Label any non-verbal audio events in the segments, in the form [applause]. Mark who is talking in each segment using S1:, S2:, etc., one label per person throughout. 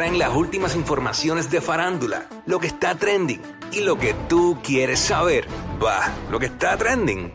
S1: Traen las últimas informaciones de farándula, lo que está trending y lo que tú quieres saber. Va, lo que está trending.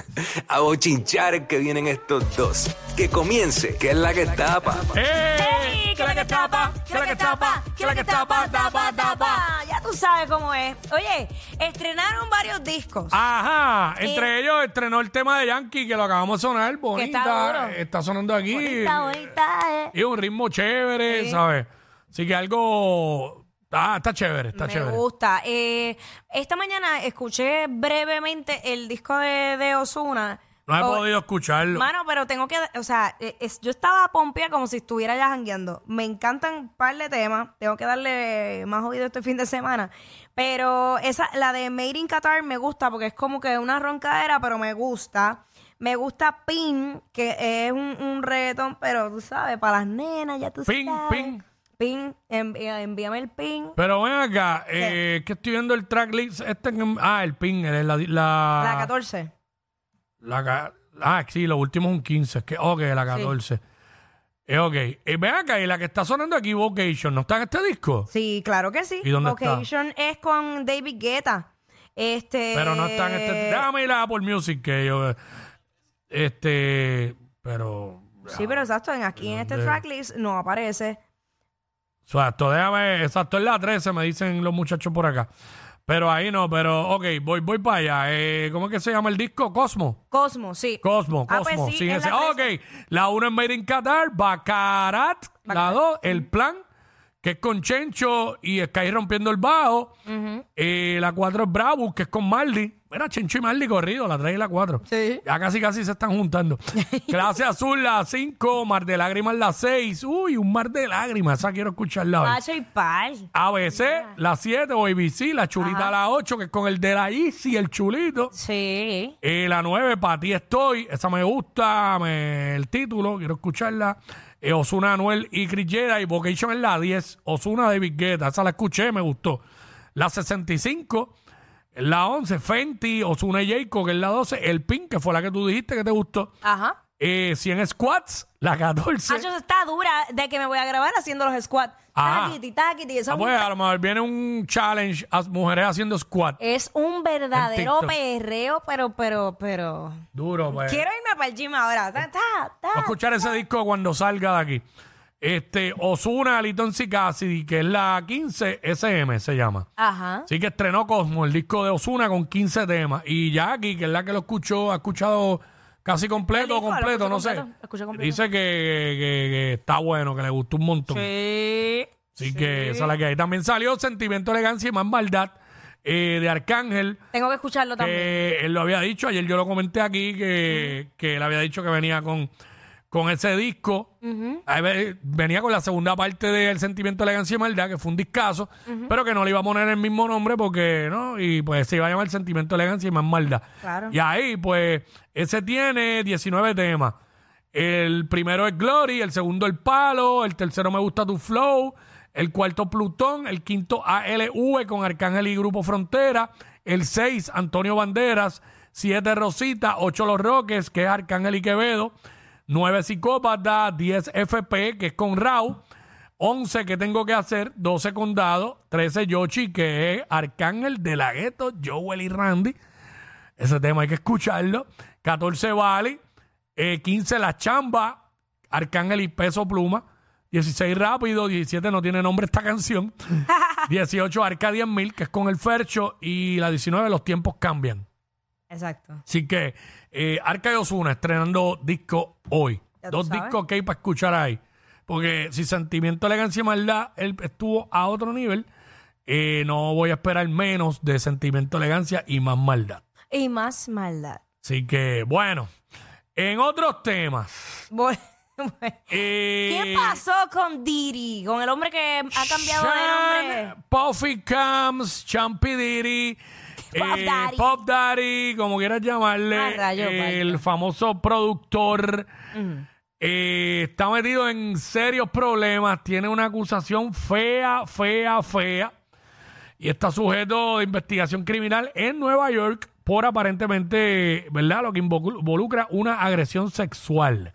S1: [laughs] A bochinchar que vienen estos dos. Que comience, que es la que tapa.
S2: Eh, ¡Ey!
S3: que la que tapa, que la que tapa, que la que tapa, tapa, tapa. Ya tú sabes cómo es. Oye, estrenaron varios discos.
S2: Ah, Ajá, entre ellos estrenó el tema de Yankee que lo acabamos de sonar, bonita,
S3: duro.
S2: está sonando aquí.
S3: Bonita, bonita, eh.
S2: Y un ritmo chévere, ¿sabes? Así que algo ah, está chévere, está
S3: Me
S2: chévere.
S3: gusta. Eh, esta mañana escuché brevemente el disco de, de Osuna.
S2: No he podido escucharlo.
S3: Oh. Mano, pero tengo que, o sea, eh, es- yo estaba pompía como si estuviera ya jangueando. Me encantan un par de temas, tengo que darle más oído este fin de semana. Pero esa, la de Made in Qatar me gusta porque es como que una roncadera, pero me gusta. Me gusta Pin, que es un, un reggaetón, pero tú sabes, para las nenas, ya tú
S2: Pin,
S3: sabes.
S2: pin.
S3: Pin, envi- envíame el pin.
S2: Pero ven acá, eh, que estoy viendo el tracklist este que- ah, el pin, el- la la
S3: La 14.
S2: la ca- ah, sí, lo último es un 15, es que ok, la 14. Eh, ok, Eh, ven acá, y la que está sonando aquí Vocation, ¿no está en este disco?
S3: Sí, claro que sí.
S2: ¿Y dónde está?
S3: Vocation es con David Guetta. Este,
S2: Pero no está en este. Déjame ir a Apple Music, que yo. Este. Pero.
S3: Sí, pero exacto, en aquí en este tracklist no aparece.
S2: Exacto, déjame. Exacto, es la 13, me dicen los muchachos por acá. Pero ahí no, pero. Ok, voy, voy para allá. Eh, ¿Cómo es que se llama el disco? Cosmo.
S3: Cosmo, sí.
S2: Cosmo,
S3: Ah,
S2: Cosmo.
S3: pues sí,
S2: sin
S3: es
S2: ese.
S3: la
S2: ok, la 1 es Made in Qatar, Bacarat. La 2, El Plan, que es con Chencho y Sky rompiendo el bajo. Eh, la 4 es Bravo, que es con Marley. Mira, Chencho y Marley corrido, la 3 y la 4.
S3: Sí.
S2: Ya casi, casi se están
S3: [laughs]
S2: juntando. Clase Azul, la 5, Mar de Lágrimas, la 6. Uy, un mar de lágrimas, esa quiero escucharla hoy.
S3: Pacho y Pal.
S2: ABC, la 7, o ABC, la chulita, la 8, que es con el de la Isi, el chulito.
S3: Sí.
S2: Eh, la 9, para ti estoy, esa me gusta, me- el título, quiero escucharla. Eh, Osuna, Anuel y Crillera, y Vocation es la 10, Osuna de Guetta, esa la escuché, me gustó. La 65, la 11, Fenty, Osuna y Jayco, que es la 12, El Pin, que fue la que tú dijiste que te gustó.
S3: Ajá.
S2: Eh, 100 squats, la 14.
S3: Pacho está dura de que me voy a grabar haciendo los squats.
S2: Ajá.
S3: Taquiti, taquiti. Eso
S2: Ah,
S3: es
S2: pues, a
S3: un-
S2: lo mejor viene un challenge a mujeres haciendo squat.
S3: es un verdadero
S2: En TikTok.
S3: perreo, pero, pero, pero.
S2: Duro, pues.
S3: Quiero irme para el gym ahora. Ta, ta, ta.
S2: Voy a escuchar ese disco cuando salga de aquí. Este, Osuna, Liton Cassidy, que es la 15 SM, se llama.
S3: Ajá.
S2: Así que estrenó Cosmo, el disco de Osuna con 15 temas. Y Jackie, que es la que lo escuchó, ha escuchado casi completo,
S3: El disco, lo
S2: completo,
S3: escuché
S2: no sé.
S3: completo, lo escuché completo.
S2: Dice que, que- que está bueno, que le gustó un montón.
S3: Sí.
S2: Así que esa es la que hay. También salió Sentimiento, Elegancia y Más Maldad eh, de Arcángel.
S3: Tengo que escucharlo también.
S2: que él lo había dicho, ayer yo lo comenté aquí, que, que él había dicho que venía con, con ese disco, Ahí ve- venía con la segunda parte de El Sentimiento de Elegancia y Maldad, que fue un discazo, pero que no le iba a poner el mismo nombre porque, ¿no? Y pues se iba a llamar El Sentimiento de Elegancia y Más Maldad.
S3: Claro.
S2: Y ahí, pues, ese tiene 19 temas. El primero es Glory, el segundo El Palo, el tercero Me Gusta Tu Flow, el cuarto Plutón, el quinto ALV con Arcángel y Grupo Frontera, el seis Antonio Banderas, siete Rosita, ocho Los Roques, que es Arcángel y Quevedo, nueve Psicópata, 10 FP, que es con Rau, 11 que tengo que hacer, 12 Condado, 13 Yochi, que es Arcángel de la Gueto, Joel y Randy. Ese tema hay que escucharlo. 14 Vale, eh, 15 La Chamba, Arcángel y Peso Pluma. 16 Rápido, 17 no tiene nombre esta canción.
S3: [laughs]
S2: 18 Arca 10.000, que es con el Fercho. Y la 19 Los tiempos cambian.
S3: Exacto.
S2: Así que eh, Arca y Osuna estrenando disco hoy.
S3: Ya tú
S2: Dos
S3: sabes.
S2: discos que hay para escuchar ahí. Porque si Sentimiento, Elegancia y Maldad él estuvo a otro nivel, eh, no voy a esperar menos de Sentimiento, Elegancia y más Maldad.
S3: Y más maldad.
S2: Así que, bueno, en otros temas.
S3: Voy- [laughs]
S2: eh,
S3: ¿Qué pasó con Diri? Con el hombre que ha cambiado de nombre.
S2: Sean Puffy Combs, Champi Diddy,
S3: Puff
S2: eh,
S3: Daddy.
S2: Pop Daddy, como quieras llamarle,
S3: Ah, rayo,
S2: el
S3: vaya.
S2: famoso productor, eh, está metido en serios problemas, tiene una acusación fea, fea, fea, y está sujeto de investigación criminal en Nueva York por aparentemente, ¿verdad? Lo que invocu- involucra una agresión sexual.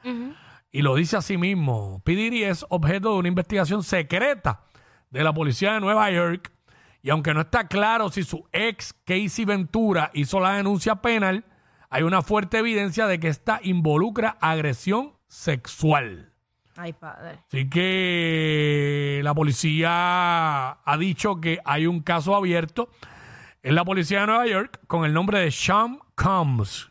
S2: Y lo dice a sí mismo. Pidiri es objeto de una investigación secreta de la policía de Nueva York. Y aunque no está claro si su ex Casey Ventura hizo la denuncia penal, hay una fuerte evidencia de que esta involucra agresión sexual.
S3: Ay, padre.
S2: Así que la policía ha dicho que hay un caso abierto en la policía de Nueva York con el nombre de Sean Combs.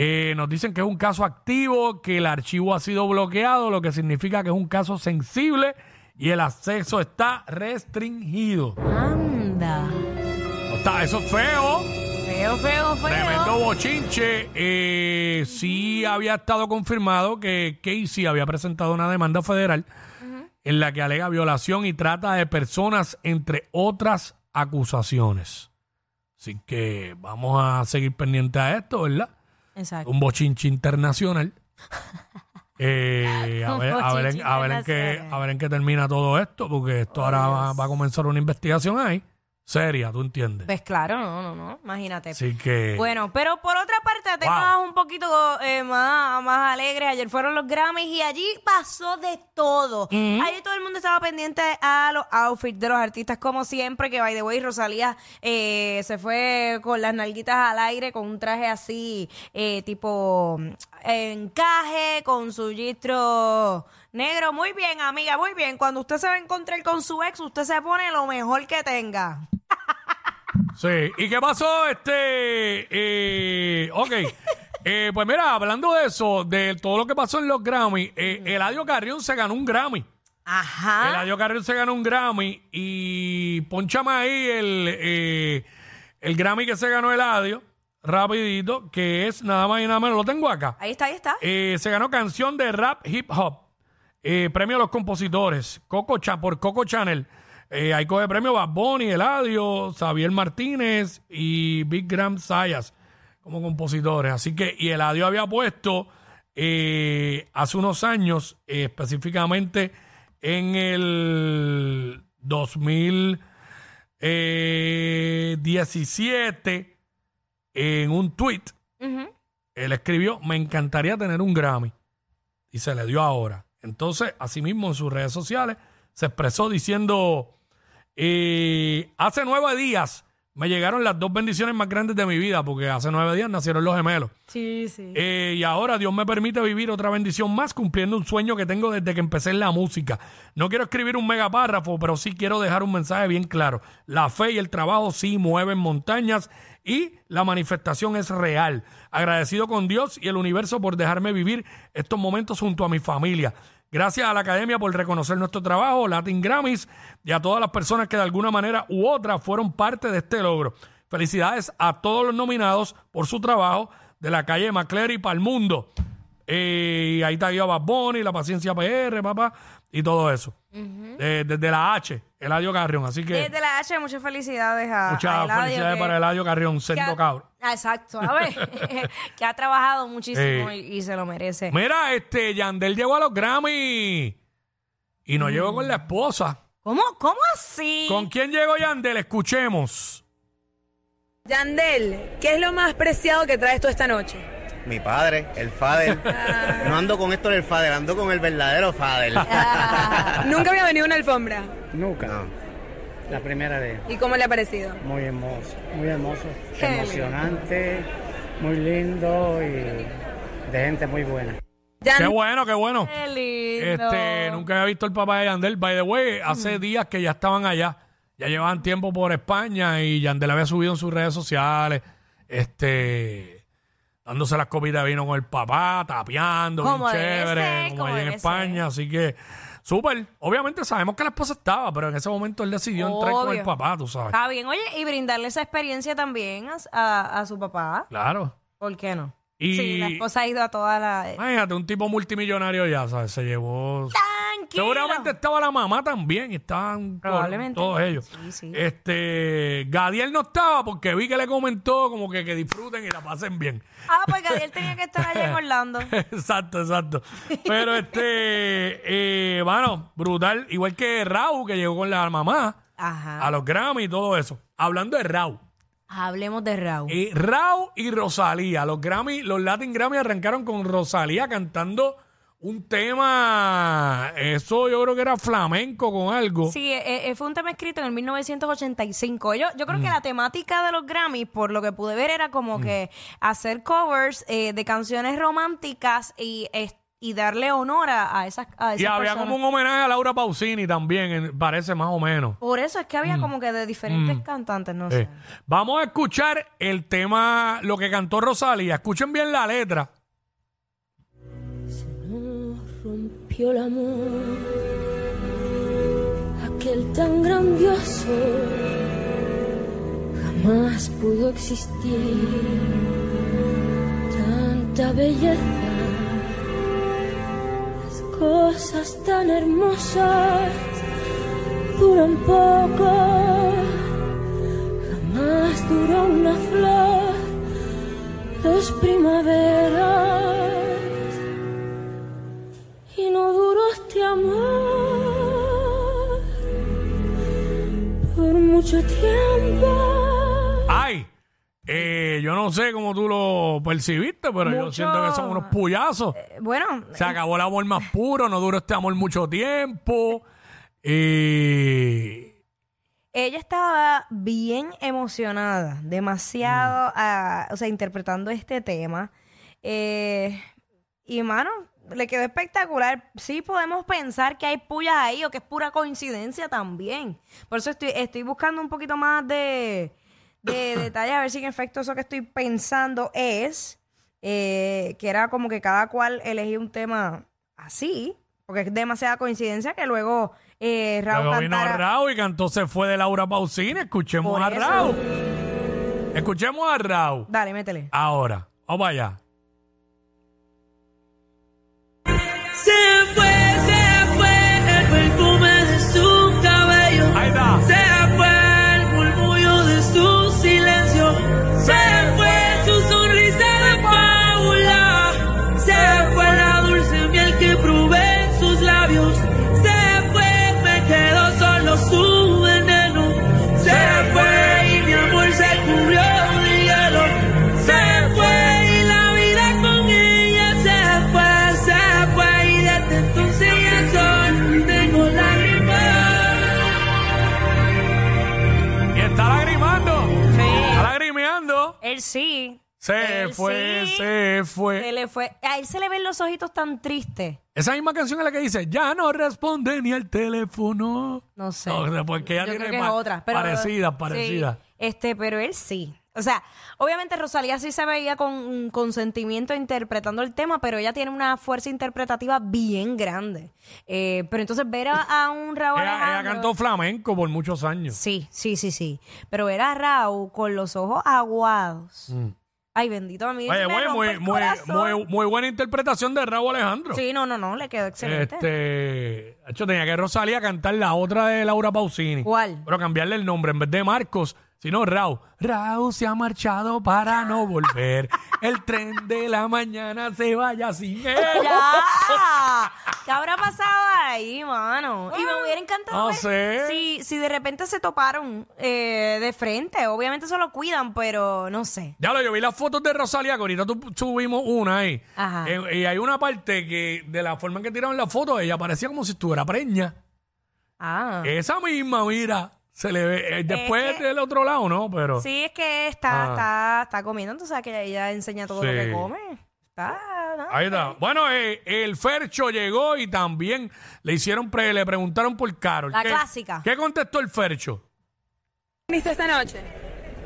S2: Eh, nos dicen que es un caso activo, que el archivo ha sido bloqueado, lo que significa que es un caso sensible y el acceso está restringido.
S3: Anda.
S2: No está- eso es feo.
S3: Feo, feo, feo.
S2: Tremendo bochinche. Eh, sí había estado confirmado que Casey había presentado una demanda federal en la que alega violación y trata de personas, entre otras acusaciones. Así que vamos a seguir pendiente a esto, ¿verdad?
S3: Exacto.
S2: Un bochinche
S3: [laughs]
S2: internacional. Eh, a,
S3: Un
S2: ver, a ver en, a ver en qué,
S3: bochinche
S2: a ver en qué termina todo esto, porque esto ahora
S3: Oh,
S2: va, va a comenzar una investigación ahí. Seria, ¿tú entiendes?
S3: Pues claro, no, no, no. Imagínate.
S2: Así que...
S3: Bueno, pero por otra parte, te
S2: Eh, Wow.
S3: temas un poquito eh, más, más alegres. Ayer fueron los Grammys y allí pasó de todo. Allí todo el mundo estaba pendiente a los outfits de los artistas, como siempre, que by the way, Rosalía eh, se fue con las nalguitas al aire, con un traje así, eh, tipo eh, encaje, con su gistro negro. Muy bien, amiga, muy bien. Cuando usted se va a encontrar con su ex, usted se pone lo mejor que tenga.
S2: Sí, ¿y qué pasó? Este, eh, ok, Eh, pues mira, hablando de eso, de todo lo que pasó en los Grammy, eh, Eladio Carrión se ganó un Grammy.
S3: Ajá.
S2: Eladio Carrión se ganó un Grammy y ponchame ahí el, eh, el Grammy que se ganó Eladio, rapidito, que es nada más y nada menos, lo tengo acá.
S3: Ahí está, ahí está.
S2: Eh, se ganó canción de rap hip hop. Eh, premio a los compositores. Coco Cha- por Coco Channel. Eh, ahí coge premio Bad Bunny, Eladio, Xavier Martínez y Big Graham Sayas como compositores. Así que, y Eladio había puesto eh, hace unos años, eh, específicamente en el 2017, eh, en un tweet,
S3: Ujú.
S2: él escribió, me encantaría tener un Grammy. Y se le dio ahora. Entonces, asimismo, en sus redes sociales, se expresó diciendo, eh, hace nueve días me llegaron las dos bendiciones más grandes de mi vida, porque hace nueve días nacieron los gemelos.
S3: Sí, sí.
S2: Eh, y ahora Dios me permite vivir otra bendición más cumpliendo un sueño que tengo desde que empecé en la música. No quiero escribir un megapárrafo, pero sí quiero dejar un mensaje bien claro. La fe y el trabajo sí mueven montañas y la manifestación es real. Agradecido con Dios y el universo por dejarme vivir estos momentos junto a mi familia. Gracias a la Academia por reconocer nuestro trabajo, Latin Grammys y a todas las personas que de alguna manera u otra fueron parte de este logro. Felicidades a todos los nominados por su trabajo de la calle McClary para el mundo. Eh, y ahí está Guido Bad Bunny, La Paciencia PR, papá, y todo eso. Eh, desde la H, Eladio Carrión. Así que
S3: Desde Eh, la H, muchas felicidades a, a
S2: muchas
S3: Eladio,
S2: felicidades
S3: que-
S2: para Eladio Carrión,
S3: que ha-
S2: siendo cabrón.
S3: Ah, Exacto, a ver, [laughs] que ha trabajado muchísimo
S2: Eh.
S3: y, y se lo merece.
S2: Mira, este, Yandel llegó a los Grammy y no llegó con la esposa.
S3: ¿Cómo, cómo así?
S2: ¿Con quién llegó Yandel? Escuchemos.
S4: Yandel, ¿qué es lo más preciado que traes tú esta noche?
S5: Mi padre, el Fader. No ando con esto del Fader, ando con el verdadero Fader.
S4: Nunca había venido a una alfombra.
S6: Nunca.
S5: No.
S6: La primera vez.
S4: ¿Y cómo le ha parecido?
S6: Muy hermoso, muy hermoso.
S4: Qué
S6: emocionante, muy lindo y de gente muy buena.
S2: Qué
S4: Yandel,
S2: bueno, qué bueno.
S3: Qué lindo.
S2: Este, nunca había visto el papá de Yandel. By the way, hace días que ya estaban allá. Ya llevaban tiempo por España y Yandel había subido en sus redes sociales, este, dándose las copitas de vino con el papá, tapeando, bien
S3: Como debe
S2: chévere,
S3: ser,
S2: como
S3: como
S2: allí en
S3: debe
S2: España. Así que, súper. Obviamente sabemos que la esposa estaba, pero en ese momento él decidió entrar con
S3: Obvio. Ah.
S2: el papá, tú sabes.
S3: Está bien, oye, y brindarle esa experiencia también a, a- a su papá.
S2: Claro.
S3: ¿Por qué no?
S2: Y-
S3: Sí, la esposa ha ido a toda la...
S2: Imagínate, un tipo multimillonario ya, ¿sabes? Se llevó...
S3: ¡Tranquilo!
S2: Seguramente estaba la mamá también, y estaban todo-
S3: Probablemente.
S2: todos ellos.
S3: Sí, sí.
S2: Este, Gadiel no estaba porque vi que le comentó como que, que disfruten y la pasen bien. [laughs]
S3: Ah, pues Gabriel tenía que estar allá en Orlando.
S2: exacto, exacto. Pero este, eh, bueno, brutal. Igual que Raúl, que llegó con la mamá
S3: Ajá.
S2: a los Grammy y todo eso. Hablando de Raúl.
S3: Hablemos de Raúl.
S2: Eh, Rao y Rosalía. Los Grammy, los Latin Grammy arrancaron con Rosalía cantando un tema, eso yo creo que era flamenco con algo.
S3: Sí, eh, eh, fue un tema escrito en el 1985. Yo, yo
S2: Mm.
S3: creo que la temática de los Grammys, por lo que pude ver, era como que hacer covers eh, de canciones románticas y, es- y darle honor a, a esas, a esas
S2: y había
S3: personas.
S2: como un homenaje a Laura Pausini también, en- parece más o menos.
S3: Por eso es que había como que de diferentes cantantes, no
S2: Mm. Eh,
S3: sé.
S2: Vamos a escuchar el tema, lo que cantó Rosalía. Escuchen bien la letra.
S7: Nos rompió el amor, aquel tan grandioso, jamás pudo existir tanta belleza, las cosas tan hermosas duran poco, jamás duró una flor, dos primaveras y no duró este amor por mucho tiempo.
S2: Ay, eh, yo no sé cómo tú lo percibiste, pero yo
S3: Mucho-
S2: siento que son unos puyazos.
S3: Eh, Bueno,
S2: Se acabó el amor más puro, no duró este amor mucho tiempo. Y
S3: ella estaba bien emocionada,
S2: Mm.
S3: demasiado, ah, o sea, interpretando este tema. Eh, y, mano, le quedó espectacular. Sí podemos pensar que hay pullas ahí o que es pura coincidencia también. Por eso estoy, estoy buscando un poquito más de,
S2: [coughs]
S3: de detalles, a ver si en efecto eso que estoy pensando es eh, que era como que cada cual elegía un tema así, porque es demasiada coincidencia que luego eh, Raúl
S2: luego vino
S3: cantara-
S2: Raúl y cantó Se fue de Laura Pausini. Escuchemos
S3: Por
S2: a
S3: eso.
S2: Raúl. Escuchemos a Raúl.
S3: Dale, métele.
S2: Ahora, vamos allá.
S8: Se fue, se fue el perfume de su cabello.
S2: Ahí está.
S8: Se fue el murmullo de su silencio. Se fue su sonrisa de paula. Se fue la dulce miel que probé en sus labios. Se fue, me quedó solo su veneno. Se fue y mi amor se cubrió de hielo. Se fue y la vida con ella se fue, se fue y desde entonces ya solo tengo lágrimas.
S2: Y está lagrimando. Está lagrimeando.
S3: Él Eh, sí.
S2: Se
S3: Él
S2: fue,
S3: sí.
S2: se fue.
S3: Se le fue. A él se le ven los ojitos tan tristes.
S2: Esa misma canción es la que dice, ya no responde ni al teléfono.
S3: No sé.
S2: No, o sea, porque ella
S3: Yo
S2: tiene
S3: creo que es
S2: pa-
S3: otra, pero-
S2: parecidas,
S3: sí.
S2: parecidas.
S3: este, pero él sí. O sea, obviamente Rosalía sí se veía con, con sentimiento interpretando el tema, pero ella tiene una fuerza interpretativa bien grande. Eh, pero entonces ver a, a un
S2: [laughs]
S3: Raúl
S2: Ella, ella
S3: Alejandro-
S2: cantó flamenco por muchos años.
S3: Sí, sí, sí, sí. Pero ver a Raúl con los ojos aguados. Ay, bendito a mí.
S2: Mm. Oye,
S3: me
S2: muy,
S3: rompe
S2: muy,
S3: el
S2: muy,
S3: corazón.
S2: muy- muy buena interpretación de Raúl Alejandro.
S3: Sí, no, no, no, le quedó excelente.
S2: Este, de hecho, tenía que Rosalía cantar la otra de Laura Pausini.
S3: ¿Cuál?
S2: Pero cambiarle el nombre en vez de Marcos, sino Raúl. Raúl se ha marchado para no volver. El tren de la mañana se vaya sin él. [laughs]
S3: ¡Ya! ¿Qué habrá pasado ahí, mano? Y me hubiera encantado
S2: No
S3: ver
S2: sé.
S3: Si, si de repente se toparon eh, de frente. Obviamente se lo cuidan, pero no sé.
S2: Ya lo, yo vi las fotos de Rosalía, que ahorita tú- subimos una ahí.
S3: Ajá.
S2: Eh, y hay una parte que, de la forma en que tiraron la foto, ella parecía como si estuviera preña.
S3: Ah.
S2: Esa misma, mira. Se le ve. eh, después
S3: que-
S2: del otro lado, ¿no? Pero.
S3: Sí, es que está,
S2: Ah.
S3: está, está comiendo, entonces sabes que ella enseña todo lo
S2: Sí.
S3: que come. Está, ¿no?
S2: Ahí está. Bueno, eh, el Fercho llegó y también le hicieron pre- le preguntaron por Carol.
S3: La clásica.
S2: ¿Qué contestó el Fercho?
S4: ¿Viste esta noche?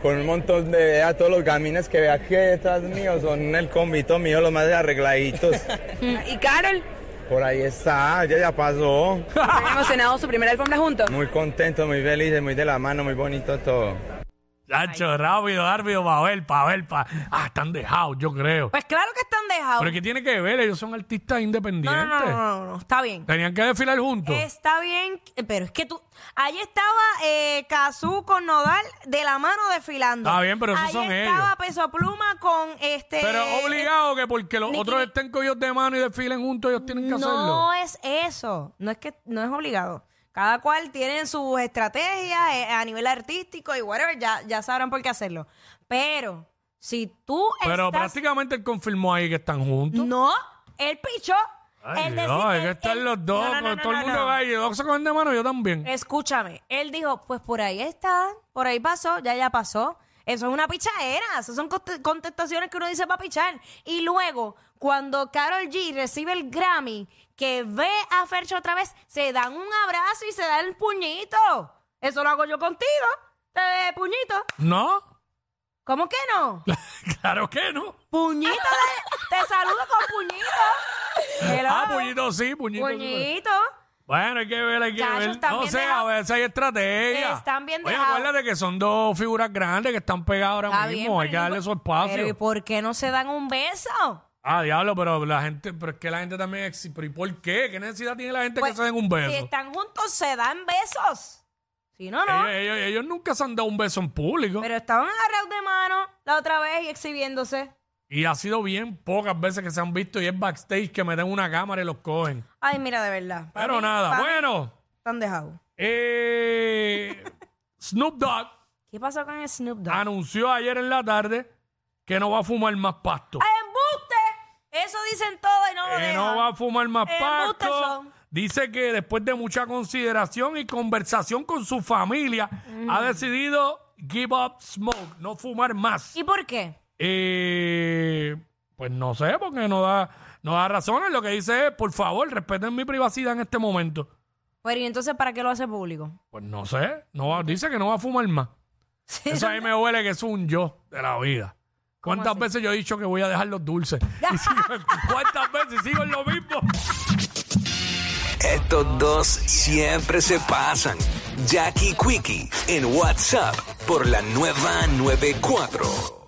S9: con un montón de vea todos los gamines que vea aquí detrás mío son el convito mío los más
S5: [laughs]
S9: arregladitos
S4: ¿Y Carol?
S9: por ahí está ya ya pasó
S4: ¿Están emocionados su primera alfombra juntos?
S9: muy contento muy feliz muy de la mano muy bonito todo
S2: Chacho, rápido, rápido, pa' ver, pa' ver, pa'. Ah, están dejados, yo creo.
S3: Pues claro que están dejados.
S2: Pero ¿qué tiene que ver? Ellos son artistas
S3: No, no,
S2: independientes.
S3: no, no, Este, no, no, no, está bien.
S2: Tenían que desfilar juntos.
S3: Está bien, pero es que tú. Ahí estaba eh, Cazú con Nodal de la mano desfilando.
S2: Está bien, pero esos
S3: Ahí
S2: son
S3: estaba Peso Pluma con este.
S2: Pero obligado que porque los
S3: Nicki-
S2: otros estén cogidos de mano y desfilen juntos, ellos tienen que hacerlo.
S3: No es eso. No es que no es obligado. Cada cual tiene sus estrategias eh, a nivel artístico y whatever. Ya, ya sabrán por qué hacerlo. Pero si tú
S2: Pero
S3: estás.
S2: prácticamente él confirmó ahí que están juntos.
S3: No, el pichó.
S2: Ay,
S3: El
S2: Dios,
S3: decir
S2: hay
S3: el-
S2: que estar
S3: el-
S2: los dos, pues,
S3: no, no, no,
S2: todo
S3: no,
S2: el mundo
S3: no. Eh.
S2: va y los dos se cogen de mano, yo también.
S3: Escúchame, él dijo, pues por ahí está, por ahí pasó, ya ya pasó. Eso es una pichadera, eso son conte- contestaciones que uno dice para pichar. Y luego, cuando Carol G recibe el Grammy, que ve a Fercho otra vez, se dan un abrazo y se dan el puñito. Eso lo hago yo contigo, te de puñito.
S2: No, [laughs]
S3: ¿Cómo que no?
S2: claro que no.
S3: Puñito, de- te saludo con puñito. Hello.
S2: Ah, puñito sí, puñito. sí.
S3: Puñito.
S2: Bueno, hay que ver, hay que
S3: Cachos,
S2: ver. No
S3: también
S2: sé,
S3: deja-
S2: a veces hay estrategia.
S3: Están bien
S2: Oye,
S3: dejados.
S2: acuérdate que son dos figuras grandes que están pegadas ahora
S3: Está bien,
S2: mismo. hay
S3: pero
S2: que darle
S3: ningún-
S2: su
S3: Pero ¿y
S2: espacio.
S3: por qué no se dan un beso?
S2: Ah, diablo, pero la gente, pero es que la gente también exige. ¿Pero y por qué? ¿Qué necesidad tiene la gente que
S3: Pues,
S2: se den un
S3: Si
S2: beso?
S3: están juntos, se dan besos. Si no,
S2: Ellos,
S3: no.
S2: ellos- ellos nunca se han dado un beso en público.
S3: Pero estaban agarrados de mano la otra vez y exhibiéndose.
S2: Y ha sido bien pocas veces que se han visto y es backstage que meten una cámara y los cogen.
S3: Ay, mira, de verdad. Pa'
S2: Pero
S3: mí-
S2: nada,
S3: pa' mí
S2: bueno.
S3: Están dejados.
S2: eh, [laughs] Snoop Dogg
S3: ¿Qué pasó con el Snoop Dogg?
S2: anunció ayer en la tarde que no va a fumar más pasto.
S3: ¡Ay, embuste! Eso dicen todo y no lo
S2: que
S3: dejan.
S2: no va a fumar más
S3: Eh,
S2: pasto.
S3: Busterson.
S2: Dice que después de mucha consideración y conversación con su familia,
S3: Mm.
S2: ha decidido give up smoke, no fumar más.
S3: ¿Y por qué?
S2: Eh, pues no sé, porque no da, no da razones. Lo que dice es, por favor, respeten mi privacidad en este momento.
S3: Pero Pues, ¿y entonces para qué lo hace público? [laughs]
S2: Pues no sé, no va- dice que no va a fumar más. Eso a mí me huele que es un yo de la vida. ¿Cuántas veces yo he dicho que voy a dejar los dulces? Y sigo- ¿Cuántas veces sigo en lo mismo?
S1: Estos dos siempre se pasan. Jackie Quickie en WhatsApp por la nueva 94.